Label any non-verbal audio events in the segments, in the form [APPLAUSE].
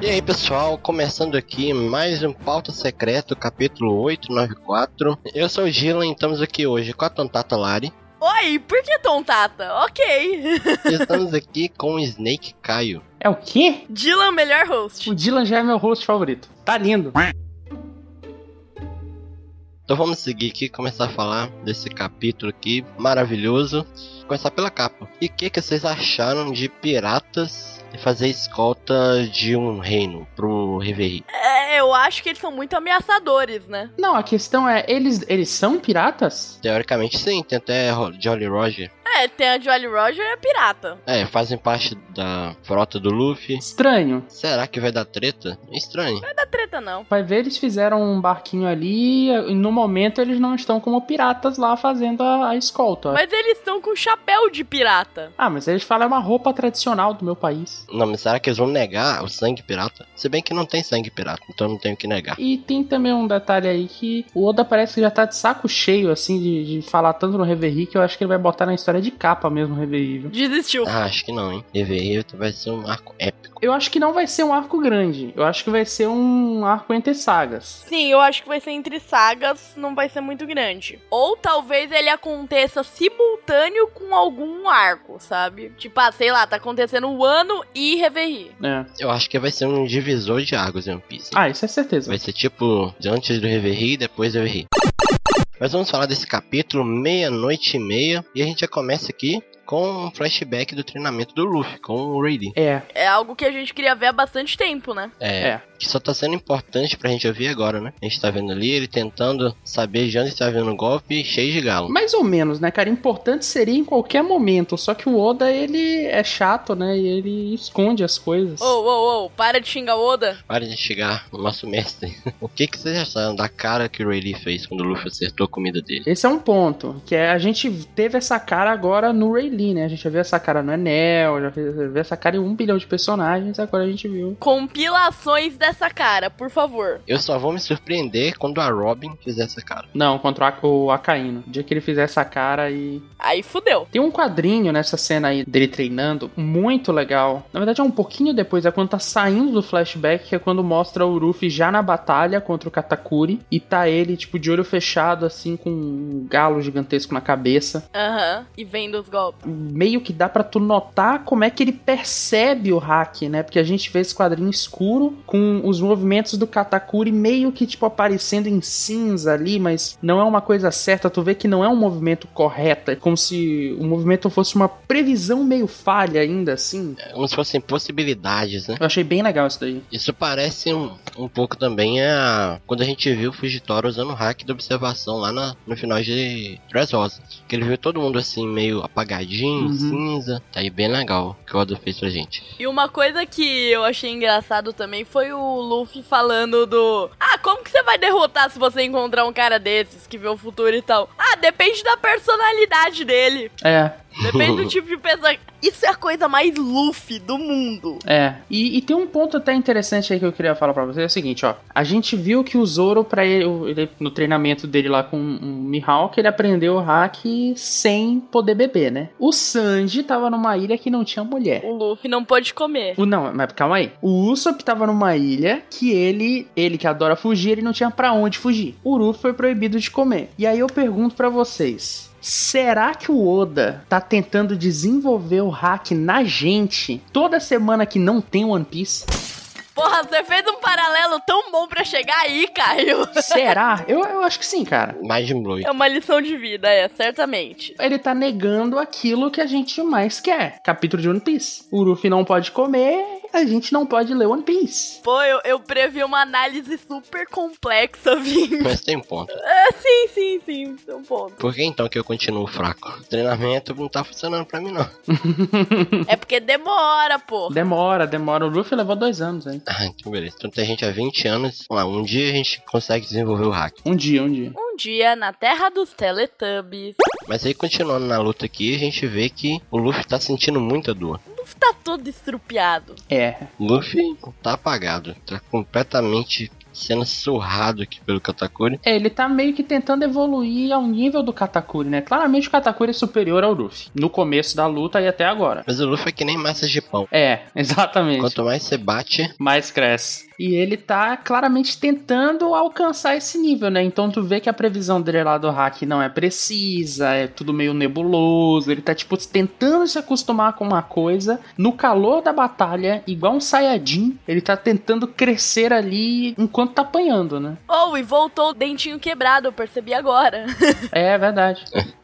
E aí pessoal, começando aqui mais um Pauta Secreto, capítulo 894. Eu sou o Gila e estamos aqui hoje com a Tontata Lari. Oi, por que Tontata? Ok. [LAUGHS] E estamos aqui com o Snake Caio. É o quê? Dylan, melhor host. O Dylan já é meu host favorito. Tá lindo. Então vamos seguir aqui, começar a falar desse capítulo aqui maravilhoso. Começar pela capa. E o que, que vocês acharam de piratas e fazer escolta de um reino pro Reverie? É, eu acho que eles são muito ameaçadores, né? Não, a questão é, eles, eles são piratas? Teoricamente sim, tem até Ro- Jolly Roger. É, tem a Jolly Roger e a pirata. É, fazem parte da frota do Luffy. Estranho. Será que vai dar treta? Estranho. Não é da treta, não. Vai ver, eles fizeram um barquinho ali e no momento eles não estão como piratas lá fazendo a, a escolta. Mas eles estão com chapéu de pirata. Ah, mas eles falam é uma roupa tradicional do meu país. Não, mas será que eles vão negar o sangue pirata? Se bem que não tem sangue pirata, então não tenho o que negar. E tem também um detalhe aí que o Oda parece que já tá de saco cheio, assim, de, de falar tanto no Reverie que eu acho que ele vai botar na história de capa mesmo o Reverie, viu? Desistiu. Ah, acho que não, hein? Reverie vai ser um arco épico. Eu acho que não vai ser um arco grande. Eu acho que vai ser um arco entre sagas. Sim, eu acho que vai ser entre sagas, não vai ser muito grande. Ou talvez ele aconteça simultâneo com algum arco, sabe? Tipo, ah, sei lá, tá acontecendo o ano e Reverie. É. Eu acho que vai ser um divisor de águas em One Piece. Ah, isso é certeza. Vai ser tipo antes do Reverie e depois do Reverie. Mas vamos falar desse capítulo meia-noite e meia. E a gente já começa aqui com um flashback do treinamento do Luffy com o Raiden. É, É algo que a gente queria ver há bastante tempo, né? É, É. Que só tá sendo importante pra gente ouvir agora, né? A gente tá vendo ali ele tentando saber de onde está vindo o golpe, cheio de galo. mais ou menos, né, cara? Importante seria em qualquer momento. Só que o Oda, ele é chato, né? E ele esconde as coisas. Ô, ô, ô, para de xingar o Oda. Para de chegar o nosso mestre. [LAUGHS] o que, que vocês acharam da cara que o Rayleigh fez quando o Luffy acertou a comida dele? Esse é um ponto, que é, a gente teve essa cara agora no Rayleigh, né? A gente já viu essa cara no Enel, já fez- já viu essa cara em um bilhão de personagens, agora a gente viu. Compilações dessa cara, por favor. Eu só vou me surpreender quando a Robin fizer essa cara. Não, contra o Ac- o Acaíno. O dia que ele fizer essa cara e Aí fudeu. Tem um quadrinho nessa cena aí dele treinando, muito legal. Na verdade é um pouquinho depois, é quando tá saindo do flashback, que é quando mostra o Luffy já na batalha contra o Katakuri. E tá ele, tipo, de olho fechado, assim, com um galo gigantesco na cabeça. Aham. E vendo os golpes. Meio que dá pra tu notar como é que ele percebe o hack, né? Porque a gente vê esse quadrinho escuro, com os movimentos do Katakuri meio que, tipo, aparecendo em cinza ali, mas não é uma coisa certa. Tu vê que não é um movimento correto. É como se o movimento fosse uma previsão meio falha ainda, assim. É como se fossem possibilidades, né? Eu achei bem legal isso daí. Isso parece um, um pouco também a quando a gente viu o Fugitório usando o hack da observação lá na- no final de Dress Rosa. Que ele viu todo mundo assim, meio apagadinho, Uhum. cinza. Tá aí bem legal o que o Oda fez pra gente. E uma coisa que eu achei engraçado também foi o Luffy falando do. Ah, como que você vai derrotar se você encontrar um cara desses que vê o futuro e tal? Ah, depende da personalidade dele. É, Depende do tipo de pessoa. Isso é a coisa mais Luffy do mundo. É, e, e tem um ponto até interessante aí que eu queria falar pra vocês, é o seguinte, ó. A gente viu que o Zoro, pra ele, o- ele- no treinamento dele lá com o Mihawk, ele aprendeu o hack sem poder beber, né? O Sanji tava numa ilha que não tinha mulher. O Luffy não pode comer. O, não, mas calma aí. O Usopp tava numa ilha que ele, ele que adora fugir, ele não tinha pra onde fugir. O Luffy foi proibido de comer. E aí eu pergunto pra vocês, será que o Oda tá tentando desenvolver o hack na gente toda semana que não tem One Piece? Porra, você fez um paralelo tão bom pra chegar aí, Caio. Será? Eu, eu acho que sim, cara. Mais de um Blue. É uma lição de vida, é, certamente. Ele tá negando aquilo que a gente mais quer. Capítulo de One Piece. O Luffy não pode comer, a gente não pode ler One Piece. Pô, eu, eu previ uma análise super complexa, [LAUGHS] Vim. Mas tem ponto. É, sim, sim, sim, seu ponto. Por que então que eu continuo fraco? O treinamento não tá funcionando pra mim, não. É porque demora, pô. Demora, demora. O Luffy levou dois anos, hein? Ah, então beleza. Então tem gente há 20 anos. Vamos lá, um dia a gente consegue desenvolver o hack. Um dia, um dia. Um dia, na terra dos Teletubbies, Mas aí, continuando na luta aqui, a gente vê que o Luffy tá sentindo muita dor. o Luffy tá todo estrupiado. É. Luffy tá apagado, tá completamente sendo surrado aqui pelo Katakuri. É, ele tá meio que tentando evoluir ao nível do Katakuri, né? Claramente o Katakuri é superior ao Luffy. No começo da luta e até agora. Mas o Luffy é que nem massa de pão. É, [LAUGHS] exatamente. Quanto mais você bate, Mais cresce. E ele tá claramente tentando alcançar esse nível, né? Então tu vê que a previsão dele lá do hack não é precisa, é tudo meio nebuloso. Ele tá, tipo, tentando se acostumar com uma coisa. No calor da batalha, igual um Saiyajin, ele tá tentando crescer ali enquanto tá apanhando, né? Oh, e voltou o dentinho quebrado, eu percebi agora. É verdade.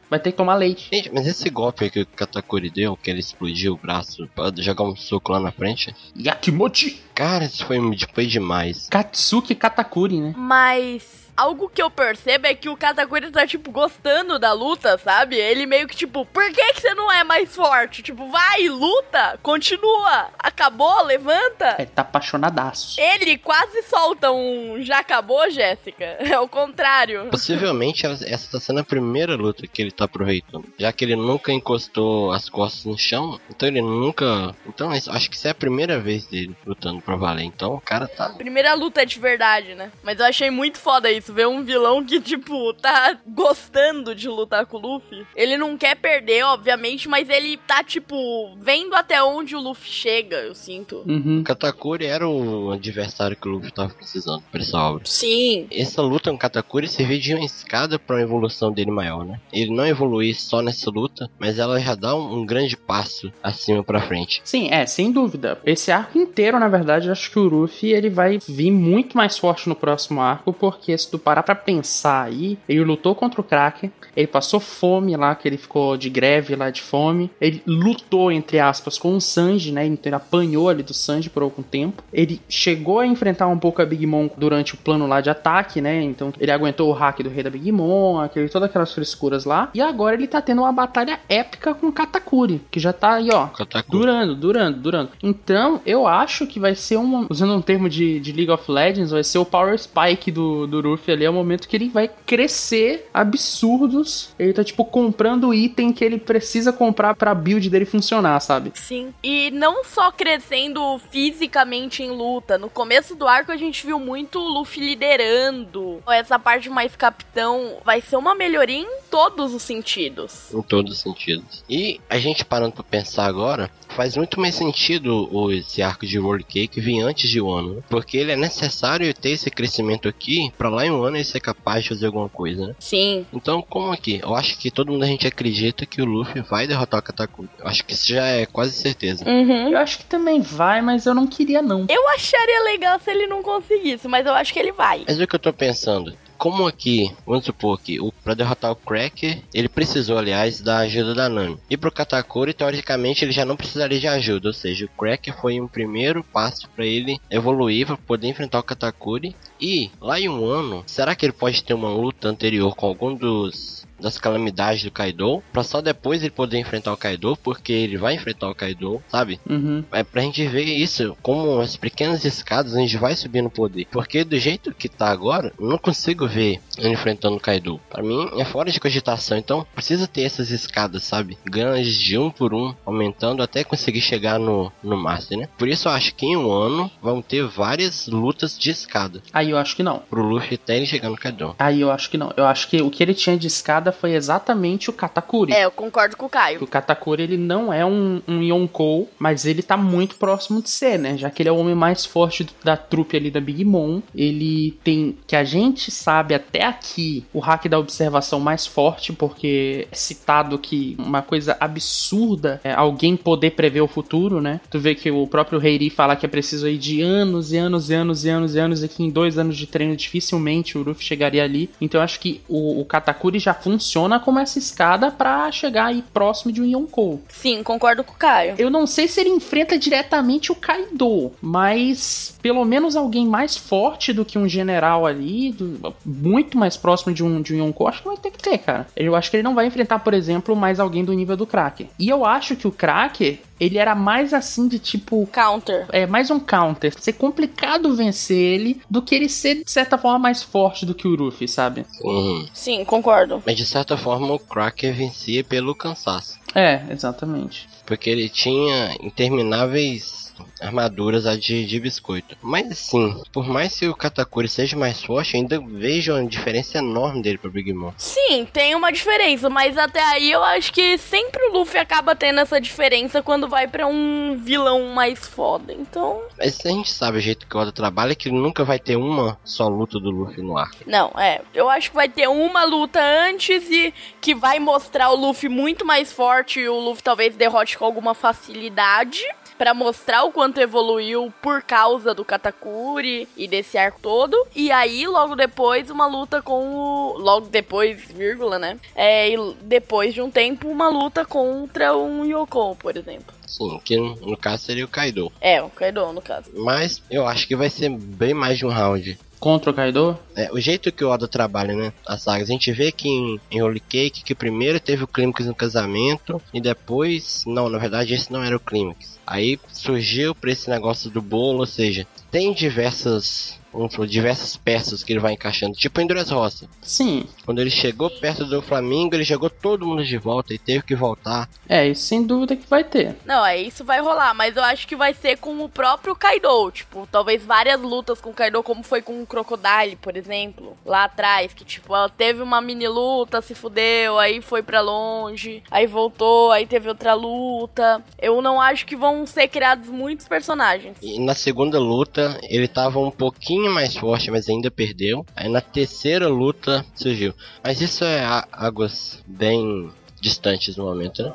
Vai ter que tomar leite. Gente, mas esse golpe que o Katakuri deu, que ele explodiu o braço pra jogar um soco lá na frente, Yakimochi! cara, isso foi, foi demais. Katsuki Katakuri, né? Mas algo que eu percebo é que o Katakuri tá, tipo, gostando da luta, sabe? Ele meio que, tipo, por que, que você não é mais forte? Tipo, vai, luta, continua, acabou, levanta. É, tá apaixonadaço. Ele quase solta um já acabou, Jéssica. [LAUGHS] É o contrário. Possivelmente essa tá sendo a primeira luta que ele tá aproveitando. Já que ele nunca encostou as costas no chão, então ele nunca. Então isso- acho que isso é a primeira vez dele lutando pra valer. Então o cara tá. Primeira luta de verdade, né? Mas eu achei muito foda isso, ver um vilão que, tipo, tá gostando de lutar com o Luffy. Ele não quer perder, obviamente, mas ele tá, tipo, vendo até onde o Luffy chega, eu sinto. Uhum. O Katakuri era o adversário que o Luffy tava precisando pra essa obra. Sim. Essa luta no Katakuri serviu de uma escada pra uma evolução dele maior, né? Ele não evoluir só nessa luta, mas ela já dá um, um grande passo acima pra frente. Sim, é, sem dúvida. Esse arco inteiro, na verdade, eu acho que o Luffy ele vai vir muito mais forte no próximo arco, porque se tu parar pra pensar aí, ele lutou contra o Kraken, ele passou fome lá, que ele ficou de greve lá de fome, ele lutou, entre aspas, com o Sanji, né, então ele apanhou ali do Sanji por algum tempo, ele chegou a enfrentar um pouco a Big Mom durante o plano lá de ataque, né, então ele aguentou o hack do rei da Big Mom, aquele, todas aquelas frescuras lá, e agora ele tá tendo uma batalha épica com o Katakuri, que já tá aí, ó, O Katakuri. Durando, durando, durando. Então, eu acho que vai ser um. Usando um termo de, de League of Legends, vai ser o Power Spike do, do Ruffy ali. É o momento que ele vai crescer absurdos. Ele tá, tipo, comprando o item que ele precisa comprar pra build dele funcionar, sabe? Sim. E não só crescendo fisicamente em luta. No começo do arco a gente viu muito o Luffy liderando. Essa parte mais capitão vai ser uma melhoria em todos os sentidos. Em todos os sentidos. E a gente parando pra pensar agora, faz muito mais sentido o- esse arco de World Cake vir antes de Wano. né? Porque ele é necessário ter esse crescimento aqui pra lá em um ano ele ser capaz de fazer alguma coisa, né? Sim. Então, como aqui? Eu acho que todo mundo a gente acredita que o Luffy vai derrotar o Katakuri. Eu acho que isso já é quase certeza. Uhum. Eu acho que também vai, mas eu não queria, não. Eu acharia legal se ele não conseguisse, mas eu acho que ele vai. Mas é o que eu tô pensando. Como aqui, vamos supor que o, pra derrotar o Cracker, ele precisou, aliás, da ajuda da Nami. E pro Katakuri, teoricamente, ele já não precisaria de ajuda. Ou seja, o Cracker foi um primeiro passo pra ele evoluir, pra poder enfrentar o Katakuri. E, lá em um ano, será que ele pode ter uma luta anterior com algum dos das calamidades do Kaido, pra só depois ele poder enfrentar o Kaido, porque ele vai enfrentar o Kaido, sabe? Uhum. É pra gente ver isso, como as pequenas escadas a gente vai subindo o poder. Porque do jeito que tá agora, eu não consigo ver ele enfrentando o Kaido. Pra mim, é fora de cogitação. Então, precisa ter essas escadas, sabe? Grandes de um por um, aumentando até conseguir chegar no, no Master, né? Por isso, eu acho que em um ano, vão ter várias lutas de escada. Aí eu acho que não. Pro Luffy até ele chegar no Kaido. Aí eu acho que não. Eu acho que o que ele tinha de escada foi exatamente o Katakuri. É, eu concordo com o Que Caio. O Katakuri ele não é um, um Yonkou, mas ele tá muito próximo de ser, né? Já que ele é o homem mais forte do- da trupe ali da Big Mom. Ele tem, que a gente sabe até aqui, o hack da observação mais forte, porque é citado que uma coisa absurda é alguém poder prever o futuro, né? Tu vê que o próprio Heiri fala que é preciso aí de anos e anos e anos e anos e anos, e que em dois anos de treino dificilmente o Luffy chegaria ali. Então eu acho que o, o Katakuri já funciona como essa escada pra chegar aí próximo de um Yonkou. Sim, concordo com o Caio. Eu não sei se ele enfrenta diretamente o Kaido, mas pelo menos alguém mais forte do que um general ali, do- muito mais próximo de um, de um Yonkou, acho que vai ter que ter, cara. Eu acho que ele não vai enfrentar, por exemplo, mais alguém do nível do Kraken. E eu acho que o Kraken, ele era mais assim de tipo, Counter. é mais um counter, ser complicado vencer ele do que ele ser de certa forma mais forte do que o Luffy, sabe? Uhum. Sim, concordo. Mas de certa forma, o Cracker vencia pelo cansaço. É, exatamente. Porque ele tinha intermináveis armaduras a de, de biscoito. Mas sim, por mais que o Katakuri seja mais forte, ainda vejo uma diferença enorme dele pro Big Mom. Sim, tem uma diferença, mas até aí eu acho que sempre o Luffy acaba tendo essa diferença quando vai pra um vilão mais foda. Então, Mas a gente sabe o jeito que o Oda trabalha que nunca vai ter uma só luta do Luffy no arco. não, é. Eu acho que vai ter uma luta antes e que vai mostrar o Luffy muito mais forte e o Luffy talvez derrote com alguma facilidade. Pra mostrar o quanto evoluiu por causa do Katakuri e desse arco todo. E aí, logo depois, uma luta com o. Logo depois, vírgula, né? É, e depois de um tempo, uma luta contra um Yokon, por exemplo. Sim, que no no caso seria o Kaido. É, o Kaido, no caso. Mas eu acho que vai ser bem mais de um round. Contra o Kaido? É, o jeito que o Oda trabalha, né? As sagas. A gente vê que em, em Holy Cake, que primeiro teve o clímax no casamento, e depois. Não, na verdade, esse não era o clímax. Aí surgiu pra esse negócio do bolo, ou seja, tem diversas. Vamos falar, diversas peças que ele vai encaixando. Tipo em Duras Roça. Sim. Quando ele chegou perto do Flamengo, ele jogou todo mundo de volta e teve que voltar. É, isso sem dúvida que vai ter. Não, é isso vai rolar, mas eu acho que vai ser com o próprio Kaido, tipo, talvez várias lutas com o Kaido, como foi com o Crocodile, por exemplo, lá atrás, que tipo, ela teve uma mini luta, se fudeu, aí foi pra longe, aí voltou, aí teve outra luta. Eu não acho que vão ser criados muitos personagens. E na segunda luta, ele tava um pouquinho mais forte, mas ainda perdeu. Aí na terceira luta, surgiu. Mas isso é a- águas bem distantes no momento, né?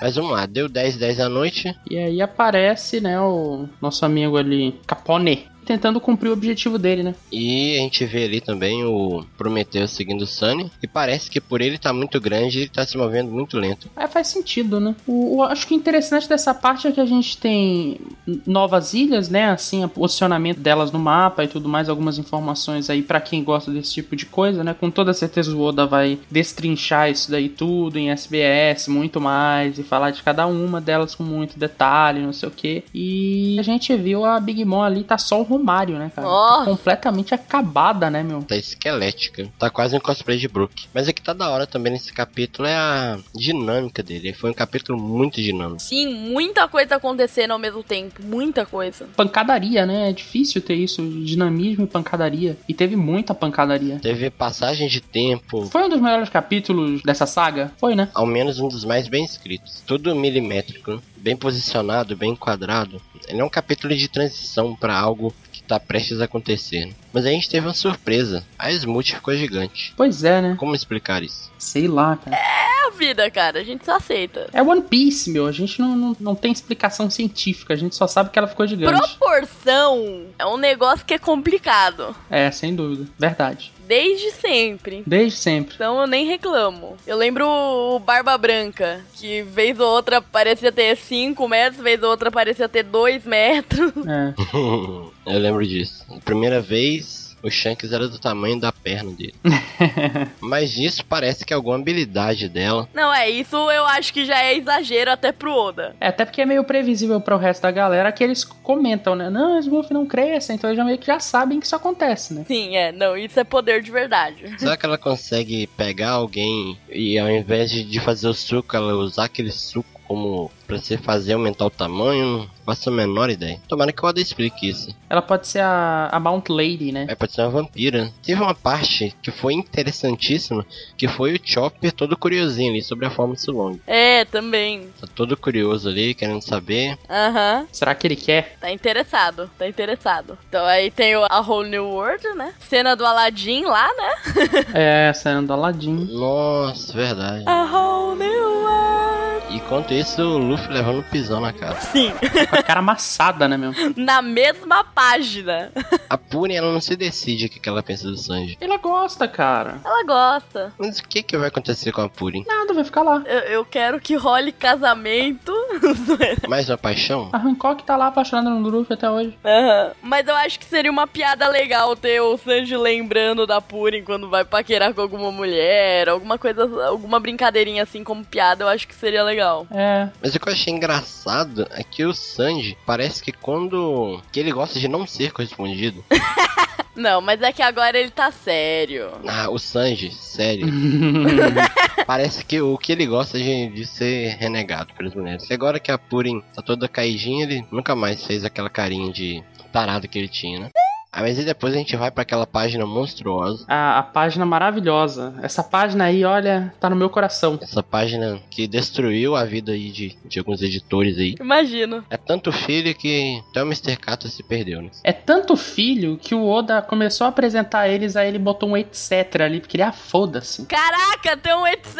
Mas vamos lá, deu 10 10 à noite. E aí aparece, né, o nosso amigo ali, Capone, tentando cumprir o objetivo dele, né? E a gente vê ali também o Prometeu seguindo o Sunny. E parece que por ele tá muito grande, ele tá se movendo muito lento. É, faz sentido, né? O, o- acho que o interessante dessa parte é que a gente tem novas ilhas, né? Assim, o posicionamento delas no mapa e tudo mais, algumas informações aí pra quem gosta desse tipo de coisa, né? Com toda certeza o Oda vai destrinchar isso daí tudo em SBS, muito mais, e falar de cada uma delas com muito detalhe, não sei o quê. E a gente viu a Big Mom ali, tá só o Romário, né, cara? Tá Nossa. completamente acabada, né, meu? Tá esquelética. Tá quase um cosplay de Brook. Mas o que tá da hora também nesse capítulo é a dinâmica dele. Foi um capítulo muito dinâmico. Sim, muita coisa acontecendo ao mesmo tempo, muita coisa. Pancadaria, né? É difícil ter isso, dinamismo e pancadaria. E teve muita pancadaria. Teve passagem de tempo, Foi um dos melhores capítulos dessa saga? Foi, né? ao menos um dos mais bem escritos. Tudo milimétrico, bem posicionado, bem enquadrado. Ele é um capítulo de transição para algo que tá prestes a acontecer. né? Mas a gente teve uma surpresa. A Smooth ficou gigante. Pois é, né? Como explicar isso? [LAUGHS] Sei lá, cara. É a vida, cara, a gente só aceita. É One Piece, meu. A gente não, não, não tem explicação científica. A gente só sabe que ela ficou gigante. Proporção é um negócio que é complicado, É, sem dúvida. Verdade. desde sempre. Desde sempre. Então eu nem reclamo. Eu lembro o Barba Branca, que vez ou outra parecia ter 5 metros, vez ou outra parecia ter 2 metros. [LAUGHS] É. Eu lembro disso. A primeira vez, o Shanks era do tamanho da perna dele. Mas isso parece que é alguma habilidade dela. Não, é, isso eu acho que já é exagero até pro Oda. É, até porque é meio previsível para o resto da galera que eles comentam, né? Não, os Smurf não crescem, então eles já meio que já sabem que isso acontece, né? Sim, é, não, isso é poder de verdade. Será que ela consegue pegar alguém e ao invés de, de fazer o suco, ela usar aquele suco como pra você fazer aumentar o tamanho? Não faço a menor ideia. Tomara que o Oda explique isso. Ela pode ser a, a Mount Lady, né? É, pode ser uma vampira. Teve uma parte que foi interessantíssima, que foi o Chopper todo curiosinho ali sobre a forma de Sulong. É, também. Tá todo curioso ali, querendo saber. Aham, Será que ele quer? tá interessado, tá interessado. Então aí tem o A Whole New World, né? Cena do Aladdin lá, né? É, saindo do Aladdin. Nossa, verdade. A Whole New World. Enquanto isso, o Luffy levando um pisão na cara. Sim, [LAUGHS] Com a cara amassada, né, meu? na mesma página. A Pune, ela não se decide o que que ela pensa do Sanji. Ela gosta, cara. Ela gosta. Mas o que que vai acontecer com a Pune? Nada, vai ficar lá. Eu, eu quero que role casamento. [LAUGHS] Mais uma paixão? A Hancock tá lá apaixonada no Luffy até hoje. Aham. Mas eu acho que seria uma piada legal ter o Sanji lembrando da Purim quando vai paquerar com alguma mulher, alguma coisa, alguma brincadeirinha assim como piada, eu acho que seria legal. É, Mas o que eu achei engraçado é que o Sanji parece que quando. que ele gosta de não ser correspondido. [LAUGHS] Não, mas é que agora ele tá sério. Ah, o Sanji, [LAUGHS] sério. Parece que o que ele gosta de, de ser renegado pelas mulheres. E agora que a Purim tá toda caidinha, ele nunca mais fez aquela carinha de tarado que ele tinha, né? Ah, mas e depois a gente vai pra aquela página monstruosa. a, a página maravilhosa. Essa página aí, olha, tá no meu coração. Essa página que destruiu a vida aí de, de alguns editores aí. Imagino. É tanto filho que até o Mr. Kata se perdeu, né? É tanto filho que o Oda começou a apresentar eles, aí ele botou um etc ali, porque ele ah, foda-se. Caraca, tem um etc.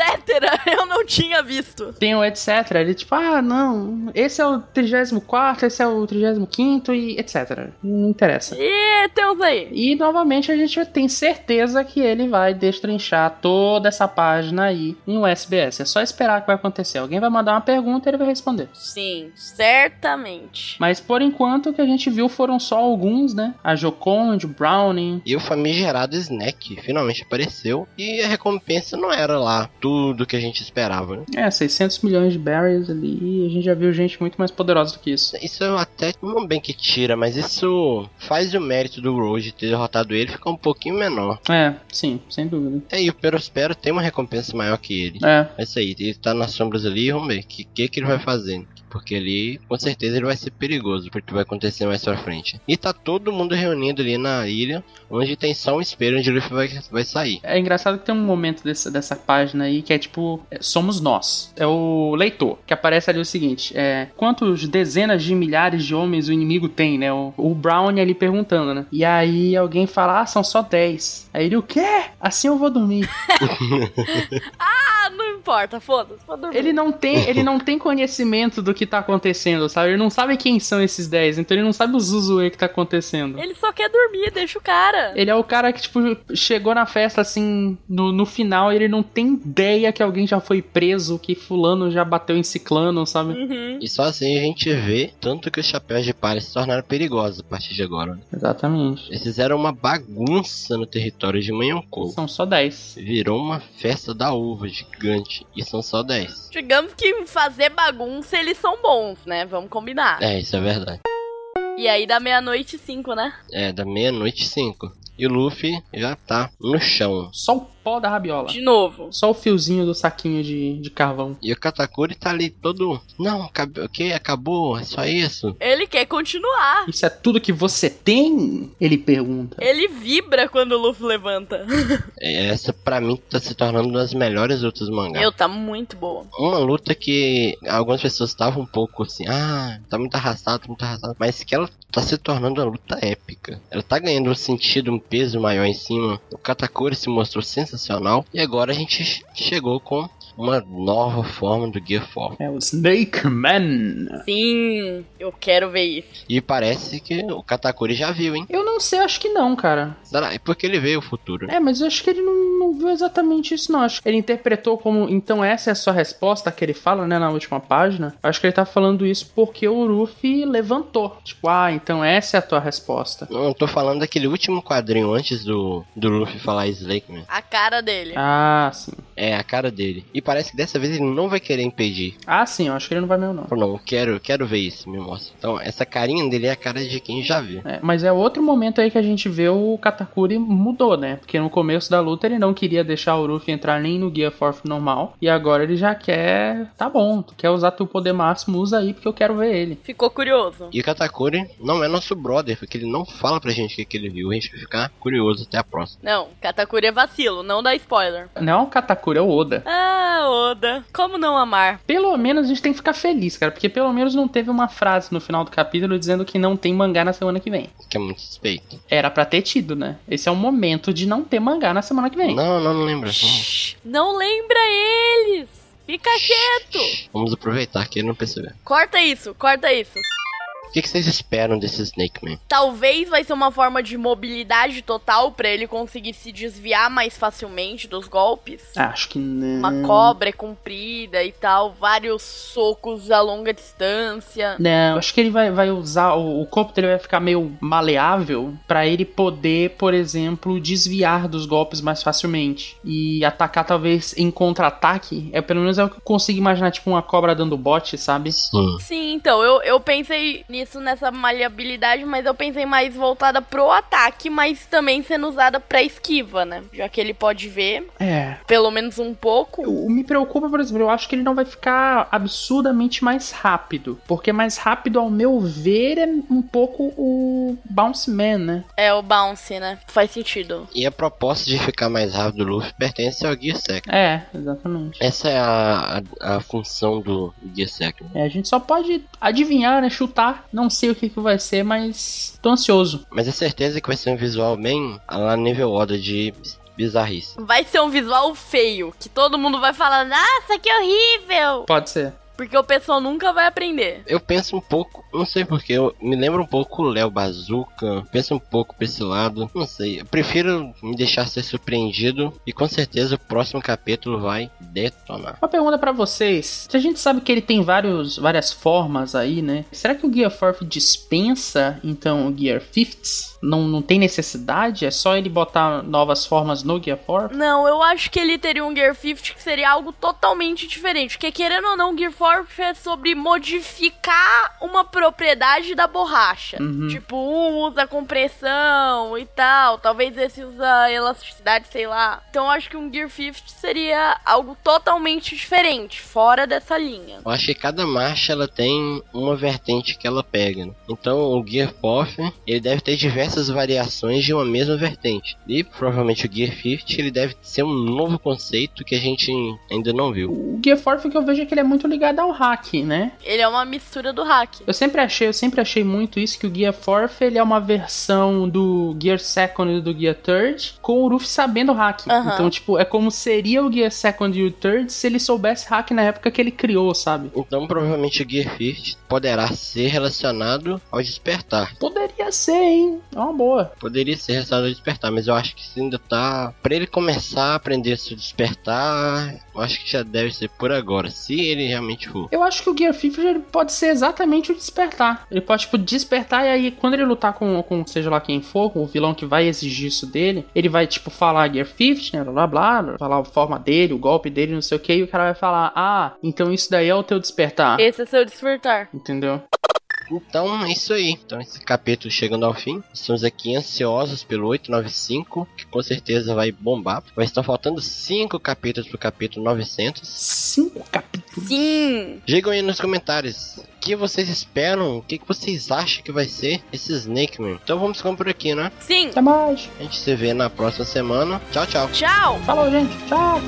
[LAUGHS] Eu não tinha visto. Tem um etc, ele tipo, ah, não, esse é o 34, esse é o 35 e etc. Não interessa. E tem uns aí. E novamente a gente tem certeza que ele vai destrinchar toda essa página aí em SBS. É só esperar que vai acontecer. Alguém vai mandar uma pergunta e ele vai responder. Sim, certamente. Mas por enquanto o que a gente viu foram só alguns, né? A Joconde, Browning. E o famigerado Snack finalmente apareceu. E a recompensa não era lá tudo que a gente esperava, né? É, 600 milhões de berries ali. E a gente já viu gente muito mais poderosa do que isso. Isso eu até não bem que tira, mas isso faz o mérito do Road ter derrotado ele ficar um pouquinho menor. É, sim, sem dúvida. É, e o Perospero tem uma recompensa maior que ele. É, É isso aí, ele tá nas sombras ali, vamos ver o que, que, que ele vai fazendo. Porque ali, com certeza, ele vai ser perigoso porque vai acontecer mais pra frente. E tá todo mundo reunido ali na ilha, onde tem só um espelho onde o Luffy vai, vai sair. É engraçado que tem um momento dessa, dessa página aí que é tipo, é, somos nós. É o leitor, que aparece ali o seguinte: é, quantos dezenas de milhares de homens o inimigo tem, né? O, o Brown ali perguntando, né? E aí alguém fala, ah, são só 10. Aí ele, o quê? Assim eu vou dormir. Ah, não importa, foda-se. Vou dormir. Ele não tem, ele não tem conhecimento do que tá acontecendo, sabe? Ele não sabe quem são esses 10, então ele não sabe o Zuzue que tá acontecendo. Ele só quer dormir, deixa o cara. Ele é o cara que, tipo, chegou na festa assim, no, no final, e ele não tem ideia que alguém já foi preso, que fulano já bateu em ciclano, sabe? Uhum. E só assim a gente vê tanto que os chapéus de palha se tornaram perigosos a partir de agora. né? Exatamente. Eles fizeram uma bagunça no território de Manhonkou. São só 10. Virou uma festa da uva gigante. E são só 10. Digamos que em fazer bagunça eles são bons, né? Vamos combinar. É, isso é verdade. E aí dá meia-noite e cinco, né? É, da meia-noite e cinco. E o Luffy já tá no chão. Só o pó da rabiola. De novo. Só o fiozinho do saquinho de, de carvão. E o Katakuri tá ali todo. Não, acabou. O que? Acabou? É só isso? Ele quer continuar. Isso é tudo que você tem? Ele pergunta. Ele vibra quando o Luffy levanta. É, Essa pra mim tá se tornando uma das melhores lutas do mangá. Meu, tá muito boa. Uma luta que algumas pessoas estavam um pouco assim, ah, tá muito arrastado, tá muito arrastado. Mas que ela tá se tornando uma luta épica. Ela tá ganhando um sentido, um peso maior em cima. O Katakuri se mostrou sensacional. E agora a gente che- chegou com uma nova forma do Gear 4. É o Snake Man. Sim, eu quero ver isso. E parece que o Katakuri já viu, hein? Eu não sei, acho que não, cara. Será? É porque ele veio o futuro. É, mas eu acho que ele não, não viu exatamente isso, não. Acho que ele interpretou como, então essa é a sua resposta que ele fala, né, na última página. Acho que ele tá falando isso porque o Luffy levantou. Tipo, ah, então essa é a tua resposta. Não, eu tô falando daquele último quadrinho antes do, do Luffy falar Slake, Man. A cara dele. Ah, sim. É, a cara dele. E parece que dessa vez ele não vai querer impedir. Ah, sim, eu acho que ele não vai mesmo, não. Falou, não, eu quero, eu quero ver isso, me mostra. Então, essa carinha dele é a cara de quem já viu. É, mas é outro momento aí que a gente vê o Katakuri mudou, né? Porque no começo da luta ele não queria deixar o Luffy entrar nem no Gear Force normal. E agora ele já quer. Tá bom, tu quer usar teu poder máximo, usa aí porque eu quero ver ele. Ficou curioso. E o Katakuri não é nosso brother, porque ele não fala pra gente o que, que ele viu. A gente vai ficar curioso até a próxima. Não, Katakuri é vacilo, não dá spoiler. Não é o Katakuri, é o Oda. Ah, Oda, como não amar? Pelo menos a gente tem que ficar feliz, cara, porque pelo menos não teve uma frase no final do capítulo dizendo que não tem mangá na semana que vem. Que é muito suspeito. Era pra ter tido, né? Esse é o momento de não ter mangá na semana que vem. Não, não, não lembra. Vamos- Shhh, Não lembra eles! Fica quieto! Vamos aproveitar que ele não percebeu. Corta isso, corta isso. O que, que vocês esperam desse Snake Man? Talvez vai ser uma forma de mobilidade total pra ele conseguir se desviar mais facilmente dos golpes. Ah, Acho que não. Uma cobra é comprida e tal, vários socos a longa distância. Não, acho que ele vai, vai usar. O, o corpo dele vai ficar meio maleável pra ele poder, por exemplo, desviar dos golpes mais facilmente. E atacar, talvez, em contra-ataque. Hum. É pelo menos é o que eu consigo imaginar, tipo, uma cobra dando bote, sabe? Sim. Sim, então, eu, eu pensei isso nessa maleabilidade, mas eu pensei mais voltada pro ataque, mas também sendo usada pra esquiva, né? Já que ele pode ver, É. pelo menos um pouco. O o me preocupa, por exemplo, eu acho que ele não vai ficar absurdamente mais rápido. Porque mais rápido, ao meu ver, é um pouco o Bounce Man, né? É o bounce, né? Faz sentido. E a proposta de ficar mais rápido do Luffy pertence ao Gear Sec. É, exatamente. Essa é a, a, a função do Gear Sec. É, a gente só pode adivinhar, né? Chutar. Não sei o que, que vai ser, mas tô ansioso. Mas é certeza que vai ser um visual bem lá nível Oda de bizarrice. Vai ser um visual feio, que todo mundo vai falar, nossa, que horrível! Pode ser. Porque o pessoal nunca vai aprender. Eu penso um pouco, não sei porquê, eu me lembro um pouco o Léo Bazooka, penso um pouco pra esse lado, não sei. Eu prefiro me deixar ser surpreendido e com certeza o próximo capítulo vai detonar. Uma pergunta pra vocês. Se a gente sabe que ele tem vários, várias formas aí, né? Será que o Gear 4 dispensa, então, o Gear 5? Não, não tem necessidade? É só ele botar novas formas no Gear 4? Não, eu acho que ele teria um Gear 50 que seria algo totalmente diferente. Porque querendo ou não, Gear 4 é sobre modificar uma propriedade da borracha. Uhum. Tipo, um usa compressão e tal. Talvez esse usa elasticidade, sei lá. Então eu acho que um Gear 50 seria algo totalmente diferente, fora dessa linha. Eu acho que cada marcha ela tem uma vertente que ela pega. né? Então o Gear Pop ele deve ter diversas variações de uma mesma vertente. E provavelmente o Gear 50 ele deve ser um novo conceito que a gente ainda não viu. O Gear 4 que eu vejo é que ele é muito ligado ao hack, né? Ele é uma mistura do hack. Eu sempre achei, eu sempre achei muito isso que o Gear 4 ele é uma versão do Gear Second e do Gear Third com o Luffy sabendo hack. Aham. Então, tipo, é como seria o Gear Second e o Third se ele soubesse hack na época que ele criou, sabe? Então provavelmente o Gear 50 poderá ser relacionado ao despertar. Poderia ser, hein? É uma boa. Poderia ser relacionado ao despertar, mas eu acho que isso ainda tá. Pra ele começar a aprender a se despertar, eu acho que já deve ser por agora, se ele realmente for. Eu acho que o Gear 5 ele pode ser exatamente o despertar. Ele pode, tipo, despertar e aí quando ele lutar com, com seja lá quem for, com o vilão que vai exigir isso dele, ele vai, tipo, falar Gear 5, né, blá, blá, blá, falar a forma dele, o golpe dele, não sei o que, e o cara vai falar, ah, então isso daí é o teu despertar. Esse é seu despertar. Entendeu? Então é isso aí. Então esse capítulo chegando ao fim. Estamos aqui ansiosos pelo 895, que com certeza vai bombar. Mas estão faltando 5 capítulos pro capítulo 900. Cinco capítulos. Sim! Digam aí nos comentários o que vocês esperam, o que que vocês acham que vai ser esse Snake Man. Então vamos ficando por aqui, né? Sim. Até mais. A gente se vê na próxima semana. Tchau, tchau. Tchau. Falou, gente. Tchau.